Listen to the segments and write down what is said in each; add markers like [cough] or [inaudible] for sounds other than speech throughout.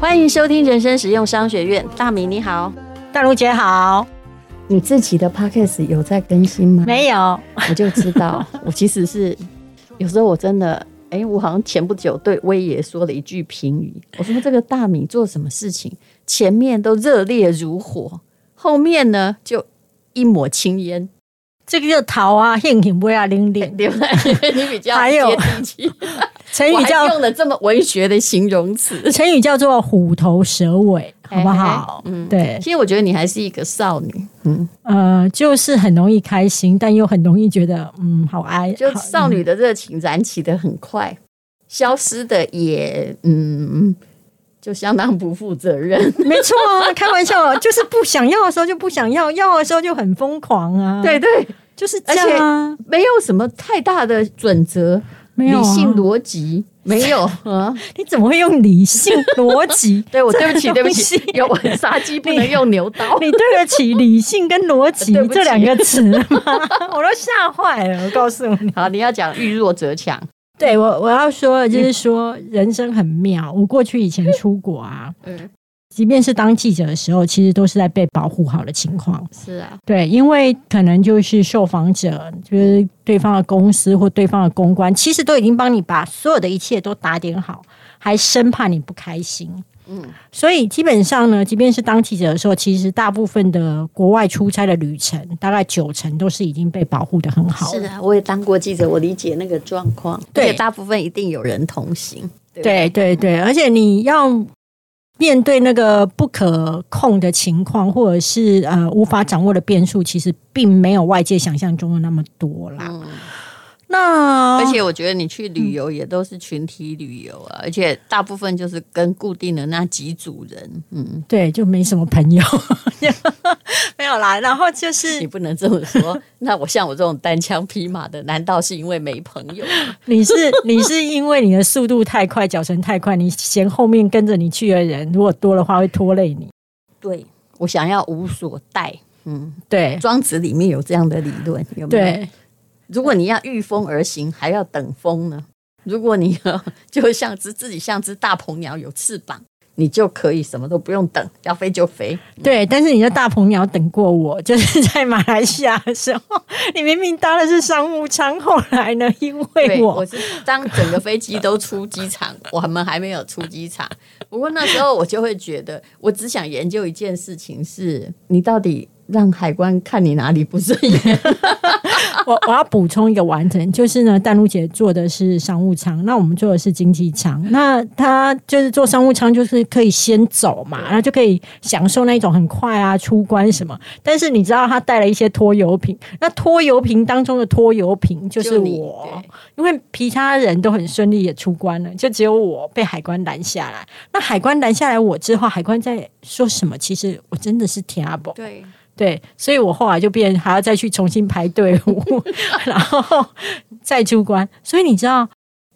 欢迎收听人生实用商学院。大米你好，大如姐好，你自己的 podcast 有在更新吗？没有，我就知 [laughs] 道，我其实是有时候我真的，哎、我好像前不久对威爷说了一句评语，我说这个大米做什么事情，前面都热烈如火，后面呢就一抹青烟，这个就桃啊，应景不要零零，对不对？你比较还有接地气，成我语还叫用了这么文学的形容词。成语叫做虎头蛇尾，好不好？嘿嘿嗯对，其实我觉得你还是一个少女，呃，就是很容易开心，但又很容易觉得嗯，好哀，就好嗯少女的热情燃起的很快，消失的也嗯，就相当不负责任。 [laughs] 嗯没错 [laughs] 啊，开玩笑，就是不想要的时候就不想要，要的时候就很疯狂啊，，对对，就是这样啊，没有什么太大的准则，没有啊理性逻辑没有。 [laughs] 嗯，你怎么会用理性逻 [laughs] 辑？对我对不起，对不起这个东，西有我杀 [laughs] 鸡不能用牛刀。你对得起理性跟逻辑对不起这两个词 [laughs] 吗？我都吓坏了，我告诉你。好，你要讲遇弱则强，对我我要说的嗯就是说人生很妙。我过去以前出国啊，嗯，即便是当记者的时候，其实都是在被保护好的情况。是啊，对，因为可能就是受访者，就是对方的公司或对方的公关，其实都已经帮你把所有的一切都打点好，还生怕你不开心。嗯，所以基本上呢，即便是当记者的时候，其实大部分的国外出差的旅程，大概九成都是已经被保护的很好了。是啊，我也当过记者，我理解那个状况，对而且大部分一定有人同行，对不对对对对，而且你要面对那个不可控的情况，或者是呃无法掌握的变数，其实并没有外界想象中的那么多啦。嗯那而且我觉得你去嗯旅游也都是群体旅游啊，而且大部分就是跟固定的那几组人，嗯，对，就没什么朋友， [laughs] 没有啦。然后就是你不能这么说。那我像我这种单枪匹马的，难道是因为没朋友？ [laughs] 你是你是因为你的速度太快，脚程太快，你嫌后面跟着你去的人如果多的话会拖累你。对我想要无所带，嗯，对庄子里面有这样的理论，有没有？对，如果你要御风而行，还要等风呢。如果你要就像只自己像只大鹏鸟有翅膀，你就可以什么都不用等，要飞就飞。对，但是你的大鹏鸟等过我，就是在马来西亚的时候，你明明搭的是商务舱，后来呢，因为对，我我是当整个飞机都出机场， [laughs] 我们还没有出机场。不过那时候我就会觉得，我只想研究一件事情是：你到底让海关看你哪里不顺 [laughs] 眼？我我要补充一个完整，就是呢，淡如姐做的是商务舱，那我们做的是经济舱。那她就是做商务舱，就是可以先走嘛，然后就可以享受那一种很快啊出关什么。但是你知道她带了一些拖油瓶，那拖油瓶当中的拖油瓶就是你我，因为其他人都很顺利也出关了，就只有我被海关拦下来。那海关拦下来我之后，海关在说什么？其实我真的是听不懂。 [laughs] 对对，所以我后来就变还要再去重新排队伍， [laughs] 然后再出关。所以你知道，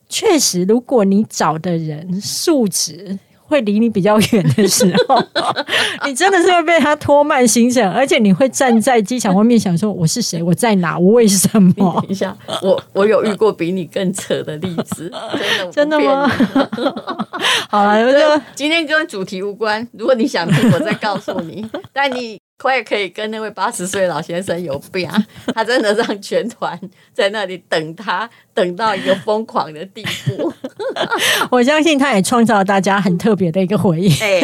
确实，如果你找的人素质会离你比较远的时候， [laughs] 你真的是会被他拖慢行程，而且你会站在机场外面想说：“我是谁？我在哪？我为什你么 [laughs] 等一下，我我有遇过比你更扯的例 [laughs] 子，真的我？”真的骗你？吗 [laughs] 好了，我就今天跟主题无关，如果你想听，我再告诉 [laughs] 你。但你快可以跟那位八十岁老先生有病啊，他真的让全团在那里等他，等到一个疯狂的地 [laughs] 步。我相信他也创造了大家很特别的一个回忆。哎、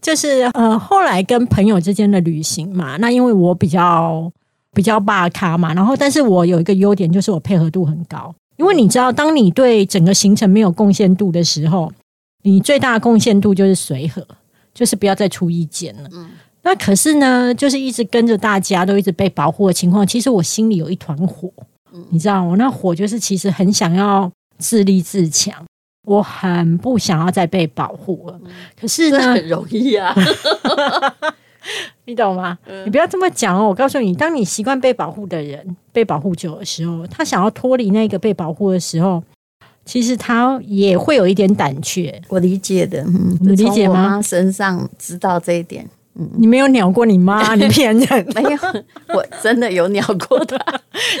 就是呃，后来跟朋友之间的旅行嘛，那因为我比较比较霸咖嘛，然后但是我有一个优点就是我配合度很高，因为你知道，当你对整个行程没有贡献度的时候，你最大的贡献度就是随和，就是不要再出意见了。嗯那可是呢，就是一直跟着大家都一直被保护的情况，其实我心里有一团火，你知道吗？那火就是其实很想要自立自强，我很不想要再被保护了。可是 [laughs] 这呢，很容易啊。 [laughs] 你懂吗？你不要这么讲哦！我告诉你，当你习惯被保护的人被保护久的时候，他想要脱离那个被保护的时候，其实他也会有一点胆怯。我理解的，嗯你理解 [laughs] 吗从我妈身上知道这一点，你没有鸟过你 [laughs] 妈，你骗人，没有，我真的有鸟过他。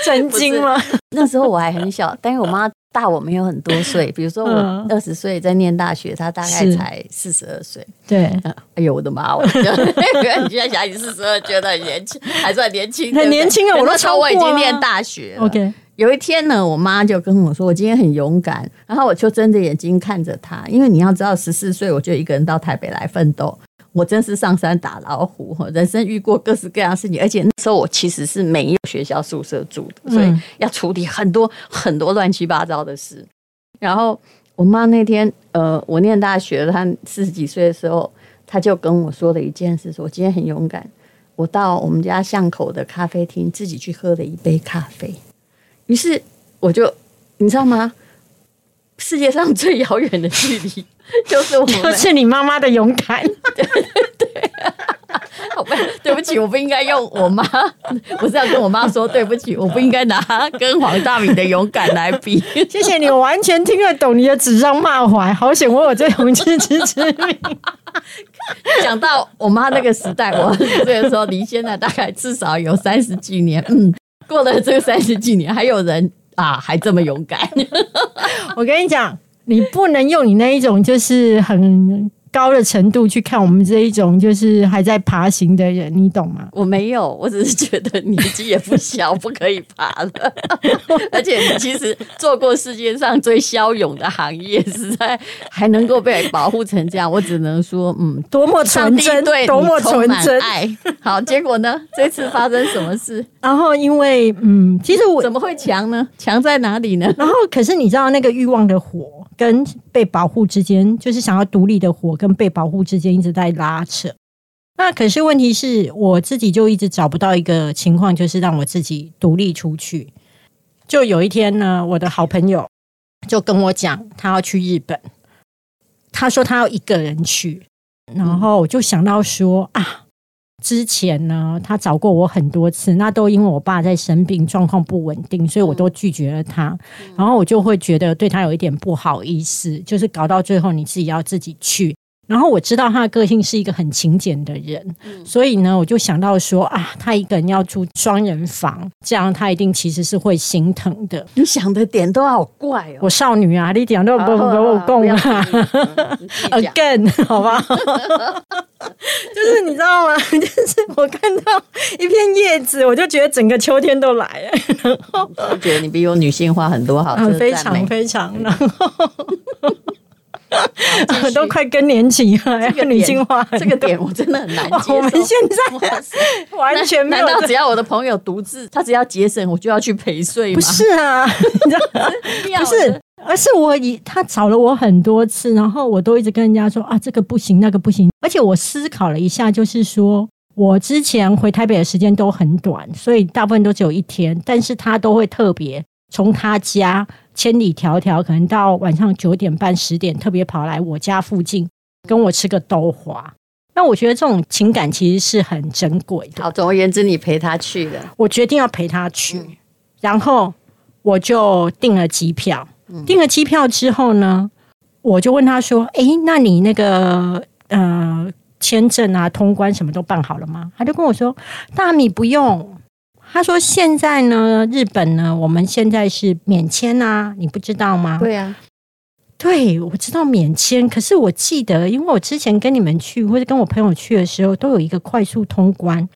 神经吗？ [laughs] 那时候我还很小，但是我妈大我没有很多 [laughs] 岁，比如说我嗯二十岁在念大学，她大概是才四十二岁。 [laughs] 对，啊哎呦我的妈！我 [laughs] 你现在想你四十二，觉得很年轻，还算年轻，对不对很年轻啊可我都那时候超过我啊已经念大学了 OK 有一天呢，我妈就跟我说，我今天很勇敢，然后我就睁着眼睛看着她，因为你要知道，十四岁我就一个人到台北来奋斗。我真是上山打老虎， [laughs] 人生遇过各式各样的事情，而且那时候我其实是没有学校宿舍住的，所以嗯要处理很多很多乱七八糟的事。然后我妈那天，呃，我念大学，她四十几岁的时候，她就跟我说了一件事，说我今天很勇敢，我到我们家巷口的咖啡厅自己去喝了一杯咖啡。于是我就，你知道吗？世界上最遥远的距离 [laughs] 就是我就们。是你妈妈的勇敢，好吧，对不起，我不应该用我妈， [laughs] 我是要跟我妈说对不起，我不应该拿她跟黄大米的勇敢来比。 [laughs] [laughs] 谢谢你，我完全听得懂你的指桑骂槐，好险我有这种自知之明。讲到我妈那个时代，我这个时候离现在大概至少有三十几年，嗯，过了这三十几年，还有人啊还这么勇敢， [laughs] 我跟你讲，你不能用你那一种就是很高的程度去看我们这一种就是还在爬行的人，你懂吗？我没有，我只是觉得年纪也不小，不可以爬了， [laughs] 而且你其实做过世界上最骁勇的行业，实在还能够被保护成这样，我只能说，嗯，多么上纯帝真对，你多么充纯满真。爱。好，结果呢？这次发生什么 [laughs] 事？然后因为嗯，其实我怎么会强呢？强在哪里呢？然后，可是你知道那个欲望的火跟被保护之间，就是想要独立的火跟被保护之间一直在拉扯。那可是问题是我自己就一直找不到一个情况，就是让我自己独立出去。就有一天呢，我的好朋友就跟我讲，他要去日本，他说他要一个人去，然后我就想到说啊。之前呢，他找过我很多次，那都因为我爸在生病，状况不稳定，所以我都拒绝了他。然后我就会觉得对他有一点不好意思，就是搞到最后你自己要自己去。然后我知道他的个性是一个很勤俭的人，所以呢，我就想到说啊，他一个人要住双人房，这样他一定其实是会心疼的。你想的点都好怪哦。我少女啊，你讲都不不我 [laughs] 共要啊。again，好 [laughs] 不好？就是你知道吗？ [laughs] 就是我看到一片叶子，我就觉得整个秋天都来了。我觉得你比我女性化很多，好，啊， [laughs] 非常非嗯常，然后 [laughs] 都快更年期了，这要个女性化很这多，个点我真的很难哇接受。 [laughs] 我们现在哇塞完全没难有道这只要我的朋友独自，他只要节省，我就要去陪睡吗？不是啊，你知道一定要不是，而是我以他找了我很多次，然后我都一直跟人家说啊，这个不行，那个不行。而且我思考了一下，就是说我之前回台北的时间都很短，所以大部分都只有一天，但是他都会特别从他家千里迢迢，可能到晚上九点半、十点，特别跑来我家附近跟我吃个豆花。那我觉得这种情感其实是很珍贵的。好，总而言之，你陪他去了，我决定要陪他去，然后我就订了机票。订了机票之后呢，我就问他说：“诶，那你那个呃签证啊、通关什么都办好了吗？”他就跟我说：“大米不用。”他说：“现在呢，日本呢，我们现在是免签啊，你不知道吗？”对啊，对，我知道免签，可是我记得，因为我之前跟你们去或者跟我朋友去的时候，都有一个快速通关，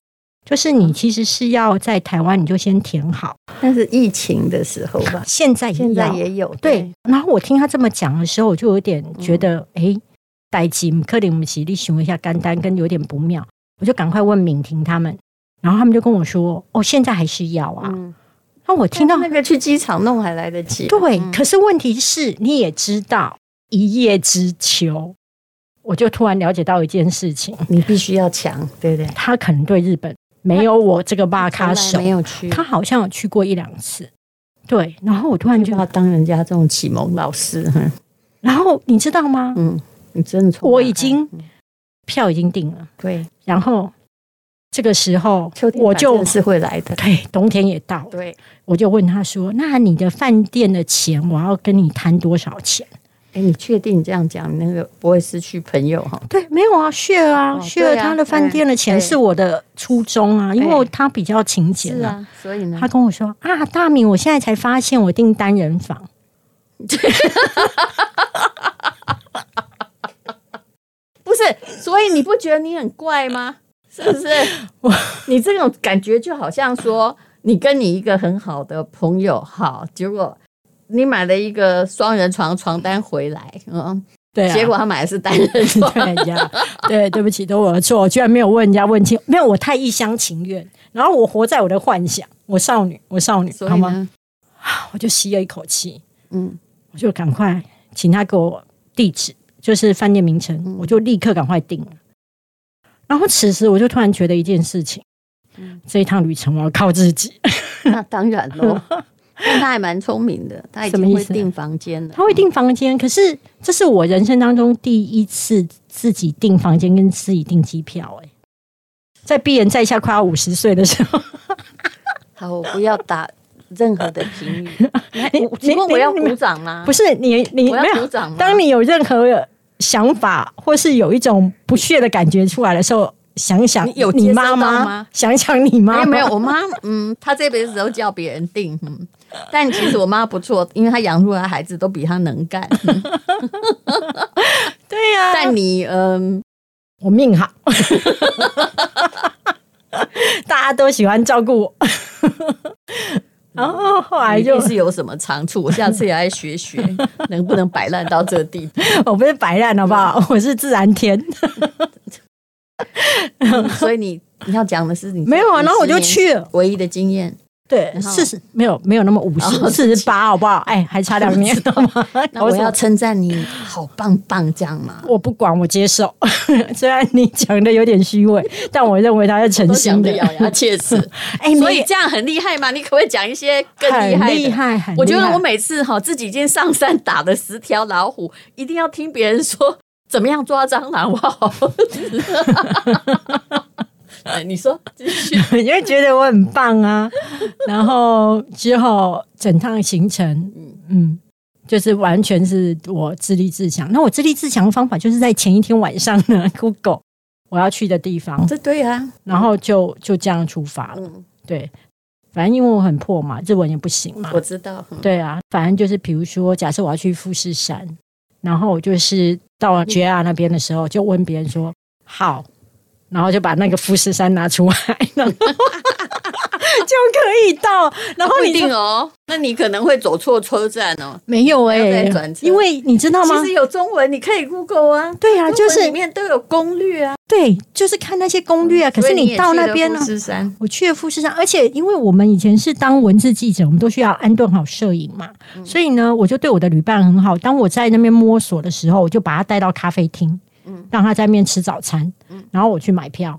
就是你其实是要在台湾你就先填好，那是疫情的时候吧，现在现在要也有对。然后我听他这么讲的时候，我就有点觉得，嗯哎、代机克林姆奇利询一下干单，跟有点不妙，我就赶快问敏婷他们，然后他们就跟我说，哦，现在还是要啊。嗯，那我听听到到那个去机场弄还来得及，嗯对，可是问题是，你也知道一叶知秋，我就突然了解到一件事情，你必须要强，对不对？他可能对日本没有我这个巴卡从手来，没有去，他好像有去过一两次。对，然后我突然就就，要当人家这种启蒙老师，哼然后你知道吗？嗯，你真的从我哪已来经票已经定了，对然后这个时候秋天我反正就是会来的，对冬天也到了，对，我就问他说：“那你的饭店的钱，我要跟你摊多少钱？”哎，你确定你这样讲，你那个不会失去朋友哈？对，没有啊，share 啊、哦 s h a r 对 e 啊他的饭店的钱对是我的初衷啊，因为对他比较勤俭是啊。啊，所以呢他，跟我说啊，大米，我现在才发现我订单人房，不是，所以你不觉得你很怪吗？ [laughs] 是不是？我你这种感觉就好像说，你跟你一个很好的朋友好，结果你买了一个双人床床单回来，嗯，对啊，结果他买的是单人床。 [laughs] 对呀，对，对不起，都我的错，我居然没有问人家问清，没有，我太一厢情愿，然后我活在我的幻想，我少女，我少女，所好以吗？呢，我就吸了一口气， [laughs] 嗯，我就赶快请他给我地址，就是饭店名称，嗯我就立刻赶快订了。然后此时我就突然觉得一件事情，嗯这一趟旅程我要靠自己。那当然喽。 [laughs] 但他还蛮聪明的，他已什么经意会思啊订房间了。他会订房间，可是这是我人生当中第一次自己订房间跟自己订机票、欸，在鄙人在下快要五十岁的时候，好，我不要打任何的评语。 [laughs] 你哎我请问我要 [laughs] 你你鼓掌吗？不是你你我没要鼓有，掌吗？当你有任何想法或是有一种不屑的感觉出来的时候，想想你有接你收妈到妈吗，想想你没妈妈，有没有，我妈嗯，她这辈子都叫别人定，嗯，但其实我妈不错，因为她养出来的孩子都比她能 [laughs] 干。嗯对呀、但你嗯，我命好。 [laughs] 大家都喜欢照顾我，然后后来嗯你就定是有什么长处，我下次也来学 [laughs] 学，能不能摆烂到这地步？我不是白烂好不嗯好？我是自然天，所以你你要讲的是你没有啊。然后我就50年去了，唯一的经验，对，然后四十没有没有那么五十，哦四十八好不好？哎，还差两 [laughs] 年，好吗？那我要称赞你好棒棒，这样嘛？我不管，我接受。 [laughs] 虽然你讲的有点虚伪， [laughs] 但我认为他是诚都讲心的的。咬牙切齿， [laughs] 哎，所你以也这样很厉害吗？你可不可以讲一些更厉很害厉的？害，很我觉厉得害我每次哈自己已经上山打了十条老虎， [laughs] 一定要听别人说怎么样抓蟑螂，我好。 [laughs] 哎，你说继续你会觉得我很棒 [laughs] 啊。然后之后整趟行程，嗯，就是完全是我自立自强。那我自立自强的方法就是在前一天晚上呢，Google [laughs] 我要去的地方，这对啊，然后就就这样出发了。嗯，对，反正因为我很破嘛，日文也不行嘛。我知道，嗯对啊，反正就是比如说，假设我要去富士山，然后我就是到了 JR 那边的时候，就问别人说好，然后就把那个富士山拿出来，[laughs] 然后就可以到。然后不一你就定哦，那你可能会走错车站哦。没有哎、还要再转车因为你知道吗其？实有中文，你可以 Google 啊，对啊，中就文里是面都有攻略啊。对，就是看那些攻略啊。可嗯所是以你也到去那了边富呢、士山，我去了富士山，而且因为我们以前是当文字记者，我们都需要安顿好摄影嘛，嗯所以呢，我就对我的旅伴很好。当我在那边摸索的时候，我就把他带到咖啡厅，嗯让他在那边吃早餐，嗯然后我去买票，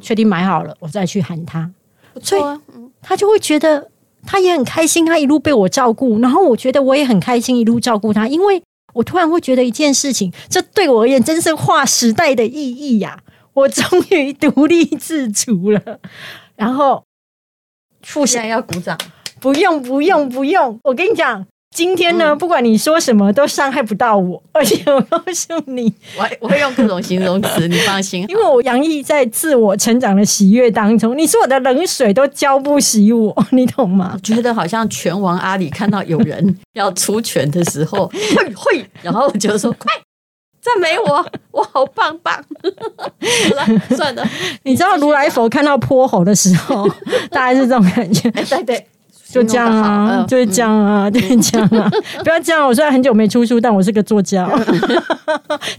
确定买好了，我再去喊他，不错啊，嗯他就会觉得他也很开心，他一路被我照顾，然后我觉得我也很开心，一路照顾他，因为我突然会觉得一件事情，这对我而言真是划时代的意义呀、我终于独立自主了，然后复现现在要鼓掌，不用不用不用，我跟你讲。今天呢，不管你说什么，都伤害不到我，而且我告诉你，我还我会用各种形容词，你放心。因为我洋溢在自我成长的喜悦当中，你说我的冷水都浇不熄我，你懂吗？觉得好像拳王阿里看到有 [laughs] 人要出拳的时候，会会，然后我就说快赞美 [laughs] 我，我好棒棒。好了，算了，你知道如来佛看到泼猴的时候， [laughs] 大概是这种感觉，哎对对，就这样形容得啊好，就是这。嗯样啊，就是这样 [laughs] 啊。不要这样，我虽然很久没出书，但我是个作家，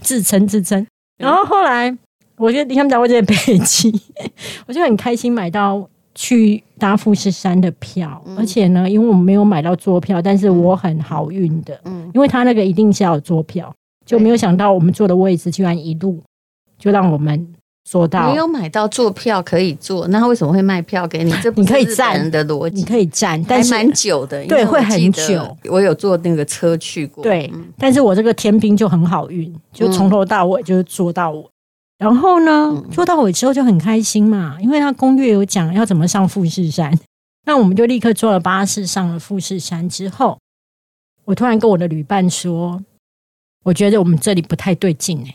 自称自嗯称。然后后来，我就他们讲我这北极， [laughs] 我就很开心买到去搭富士山的票，嗯而且呢，因为我没有买到坐票，但是我很好运的，嗯因为他那个一定是要有坐票，就没有想到我们坐的位置居然一路就让我们坐到没有买到坐票可以坐，那他为什么会卖票给你？这不你可以是日本人的逻你辑，可以站，但还是蛮久的，对因为我会很记得久。我有坐那个车去过，对嗯，但是我这个天兵就很好运，就从头到尾就是做到尾。然后呢，嗯做到尾之后就很开心嘛，因为他攻略有讲要怎么上富士山，那我们就立刻坐了巴士上了富士山之后，我突然跟我的旅伴说：“我觉得我们这里不太对劲哎、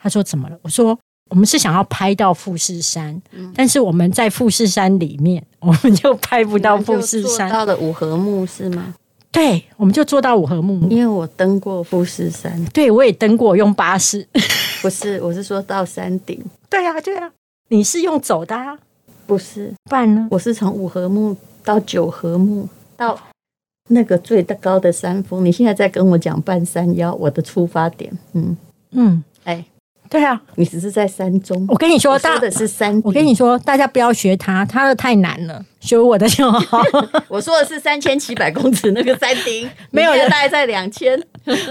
他说怎么了？我说我们是想要拍到富士山，嗯但是我们在富士山里面，我们就拍不到富士你们就做山。到了五合目是吗？对，我们就坐到五合目。因为我登过富士山，对，我也登过，用巴士。不是，我是说到山顶，对呀、啊，对呀、啊，你是用走的、啊，不是，办呢？我是从五合目到九合目到那个最高的山峰。你现在在跟我讲半山腰，我的出发点，嗯，嗯，哎，对啊。你只是在山中，我跟你说，我大说的是山顶，我跟你说，大家不要学他，他的太难了，学我的就 [laughs] 好。 [laughs] 我说的是三千七百公尺那个山顶， [laughs] 没有你人现在大概在两千。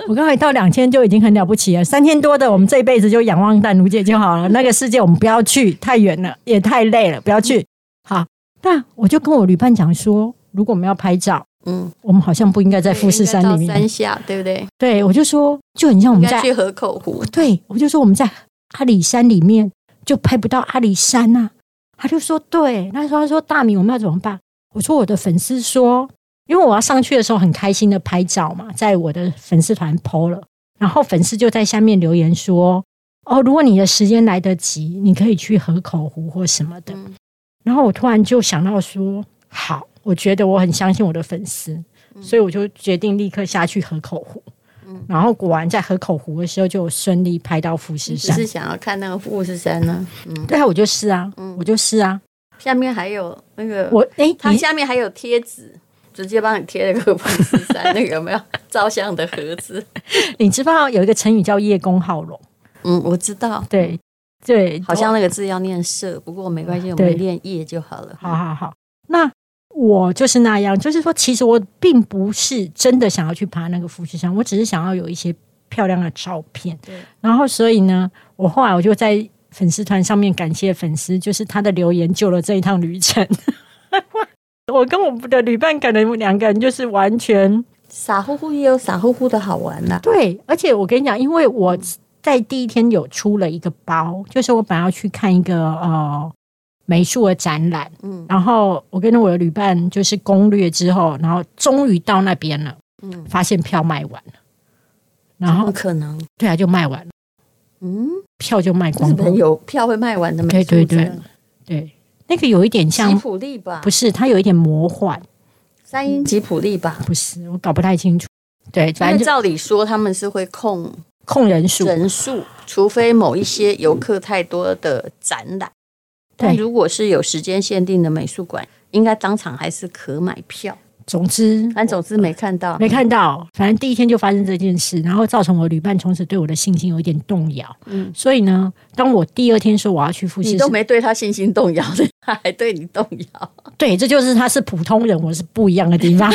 我刚才到两千就已经很了不起了，三千多的我们这一辈子就仰望淡如姐就 [laughs] 好了。那个世界我们不要去，太远了，也太累了，不要去。好，那我就跟我旅伴讲说，如果我们要拍照，嗯，我们好像不应该在富士山里应该到面山。下，对不对？对，我就说，就很像我应们该在去河口湖。对，我就说我们在阿里山里面就拍不到阿里山呐、他就说对，那时候他说大米我们要怎么办？我说我的粉丝说，因为我要上去的时候很开心的拍照嘛，在我的粉丝团 PO 了，然后粉丝就在下面留言说，哦，如果你的时间来得及，你可以去河口湖或什么的。嗯然后我突然就想到说，好，我觉得我很相信我的粉丝，嗯所以我就决定立刻下去河口湖。然后果然在河口湖的时候，就有顺利拍到富士你嗯只山是。想要看那个富士山呢、嗯，对啊，我就是啊，我就是啊，下面还有那个，我哎，它你下面还有贴纸，直接帮你贴了个富士山那个有没有照相的盒子？你知道有一个成语叫叶公好龙，嗯，我知道，对对，好像那个字要念社，不过没关系，我对们念叶就好了。好好好，那我就是那样，就是说，其实我并不是真的想要去爬那个富士山，我只是想要有一些漂亮的照片。对，然后所以呢，我后来我就在粉丝团上面感谢粉丝，就是他的留言救了这一趟旅程。 [laughs] 我跟我的旅伴感人，两个人就是完全傻乎乎也有傻乎乎的好玩啦、对，而且我跟你讲，因为我在第一天有出了一个包，就是我本来要去看一个呃美术的展览，嗯然后我跟我的旅伴就是攻略之后，然后终于到那边了，嗯，发现票卖完了，怎然么后可能？对啊，就卖完了，嗯，票就卖光日本光，有票会卖完的美对术对对展对，那个有一点吉像，普力吧不，是，它有一点魔幻，三英吉普力吧。不是，我搞不太清楚，对，因反为正就照理说他们是会控控人数，人数，除非某一些游客太多的展览。但对如果是有时间限定的美术馆，应该当场还是可买票。总之但总嗯之没看到，没看到，反正第一天就发生这件事，然后造成我旅伴从此对我的信心有一点动摇。嗯，所以呢，当我第二天说我要去复你习，都没对他信心动摇的， [laughs] 他还对你动摇。对，这就是他是普通人，我是不一样 [laughs] 的地方。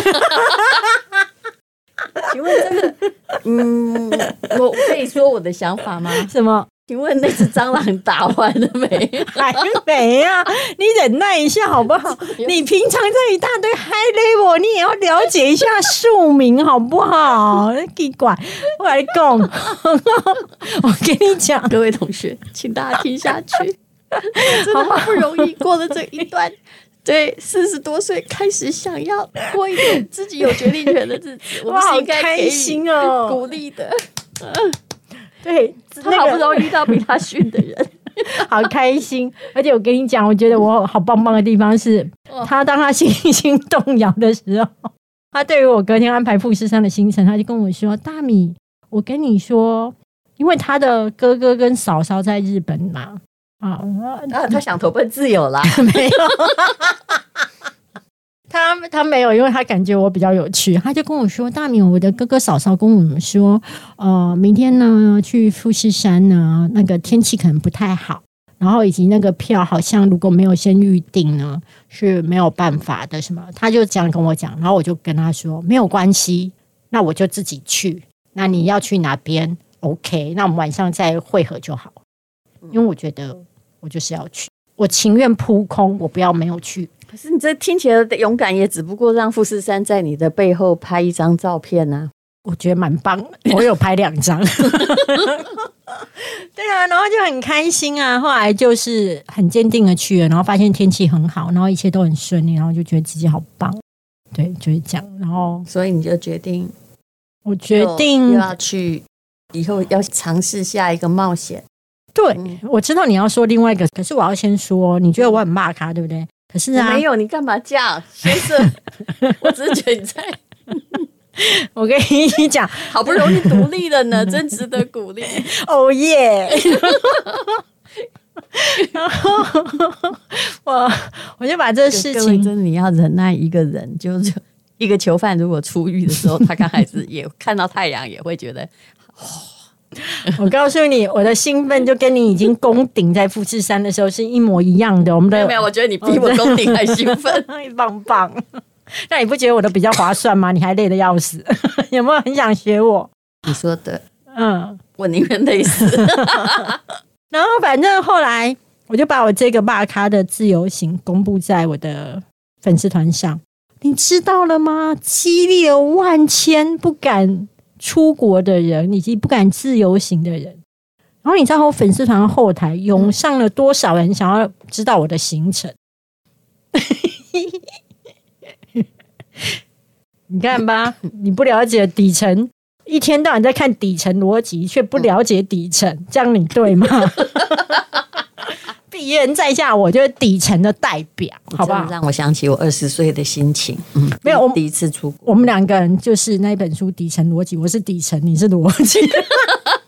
请问这个， [laughs] 嗯，我我可以说我的想法吗？什么？请问那只蟑螂打完了没？还没啊？你忍耐一下好不 [laughs] 好？哎你平常这一大堆 high level，你也要了解一下庶民好不好？奇怪，我来讲，我跟你讲，各位同学，请大家听下去， [laughs] 真的好不容易过了这一段， [laughs] 对四十多岁开始想要过一点自己有决定权的 [laughs] 日子，我我们是好应该开给心予哦！鼓励 [laughs] 的。 [laughs] 对，他好不容易。易遇到比他逊的人， [laughs] 好开心。而且我跟你讲，我觉得我好棒棒的地方是哦，他当他信心动摇的时候， [laughs] 他对于我隔天安排富士山的行程，他就跟我说：“大米，我跟你说，因为他的哥哥跟嫂嫂在日本嘛，啊，啊，他想投奔自由啦。 [laughs] 没有。他他没有，因为他感觉我比较有趣，他就跟我说：“大明，我的哥哥嫂嫂跟我们说，呃，明天呢去富士山呢，那个天气可能不太好，然后以及那个票好像如果没有先预定呢是没有办法的，什么？”他就这样跟我讲，然后我就跟他说：“没有关系，那我就自己去。那你要去哪边？OK，那我们晚上再会合就好，因为我觉得我就是要去。”我情愿扑空，我不要没有去。 [laughs] 可是你这听起来的勇敢，也只不过让富士山在你的背后拍一张照片啊。我觉得蛮棒的， [laughs] 我有拍两张。对啊，然后就很开心啊。后来就是很坚定的去了，然后发现天气很好，然后一切都很顺利，然后就觉得自己好棒。对，就是这样。然后所以你就决定我决又定要去以后要尝试下一个冒险。对，嗯我知道你要说另外一个，可是我要先说，你觉得我很骂他，对不对？可是啊，没有，你干嘛这样，先 [laughs] 生？我只是觉得你在我跟你讲，好不容易独立了呢， [laughs] 真值得鼓励。哦耶！ [laughs] 然后我我就把这个事各位情真的你要忍耐一个人，就是一个囚犯如果出狱的时候，他刚开始也看到太阳，也会觉得我告诉你，我的兴奋就跟你已经攻顶在富士山的时候是一模一样的。我们没的有没有，我觉得你比我功底还兴 [laughs] 奋。棒棒，那你不觉得我的比较划算吗？你还累得要死， [laughs] 有没有很想学我？你说的，嗯，我宁愿累死。然后反正后来我就把我这个骂咖的自由行公布在我的粉丝团上，你知道了吗？激励了万千不敢出国的人，以及不敢自由行的人。然后你知道我粉丝团后台涌上了多少人想要知道我的行程？ [laughs] 你看吧，你不了解底层，一天到晚在看底层逻辑，却不了解底层，这样你对吗？ [laughs] 鄙人在下，我就是底层的代表， [laughs] 好不真好的？让我想起我二十岁的心情。嗯，没有我第一次出国，我们两个人就是那一本书《底层逻辑》，我是底层，你是逻辑。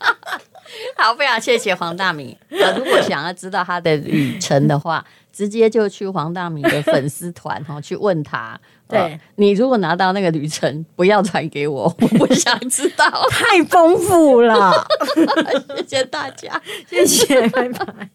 [laughs] 好，非常谢谢黄大米。呃，如果想要知道他的旅程的话，直接就去黄大米的粉丝团哈、哦，去问他。对。呃你如果拿到那个旅程，不要传给我，我不想知道 [laughs] 太丰富了，谢谢大家。谢谢，拜拜。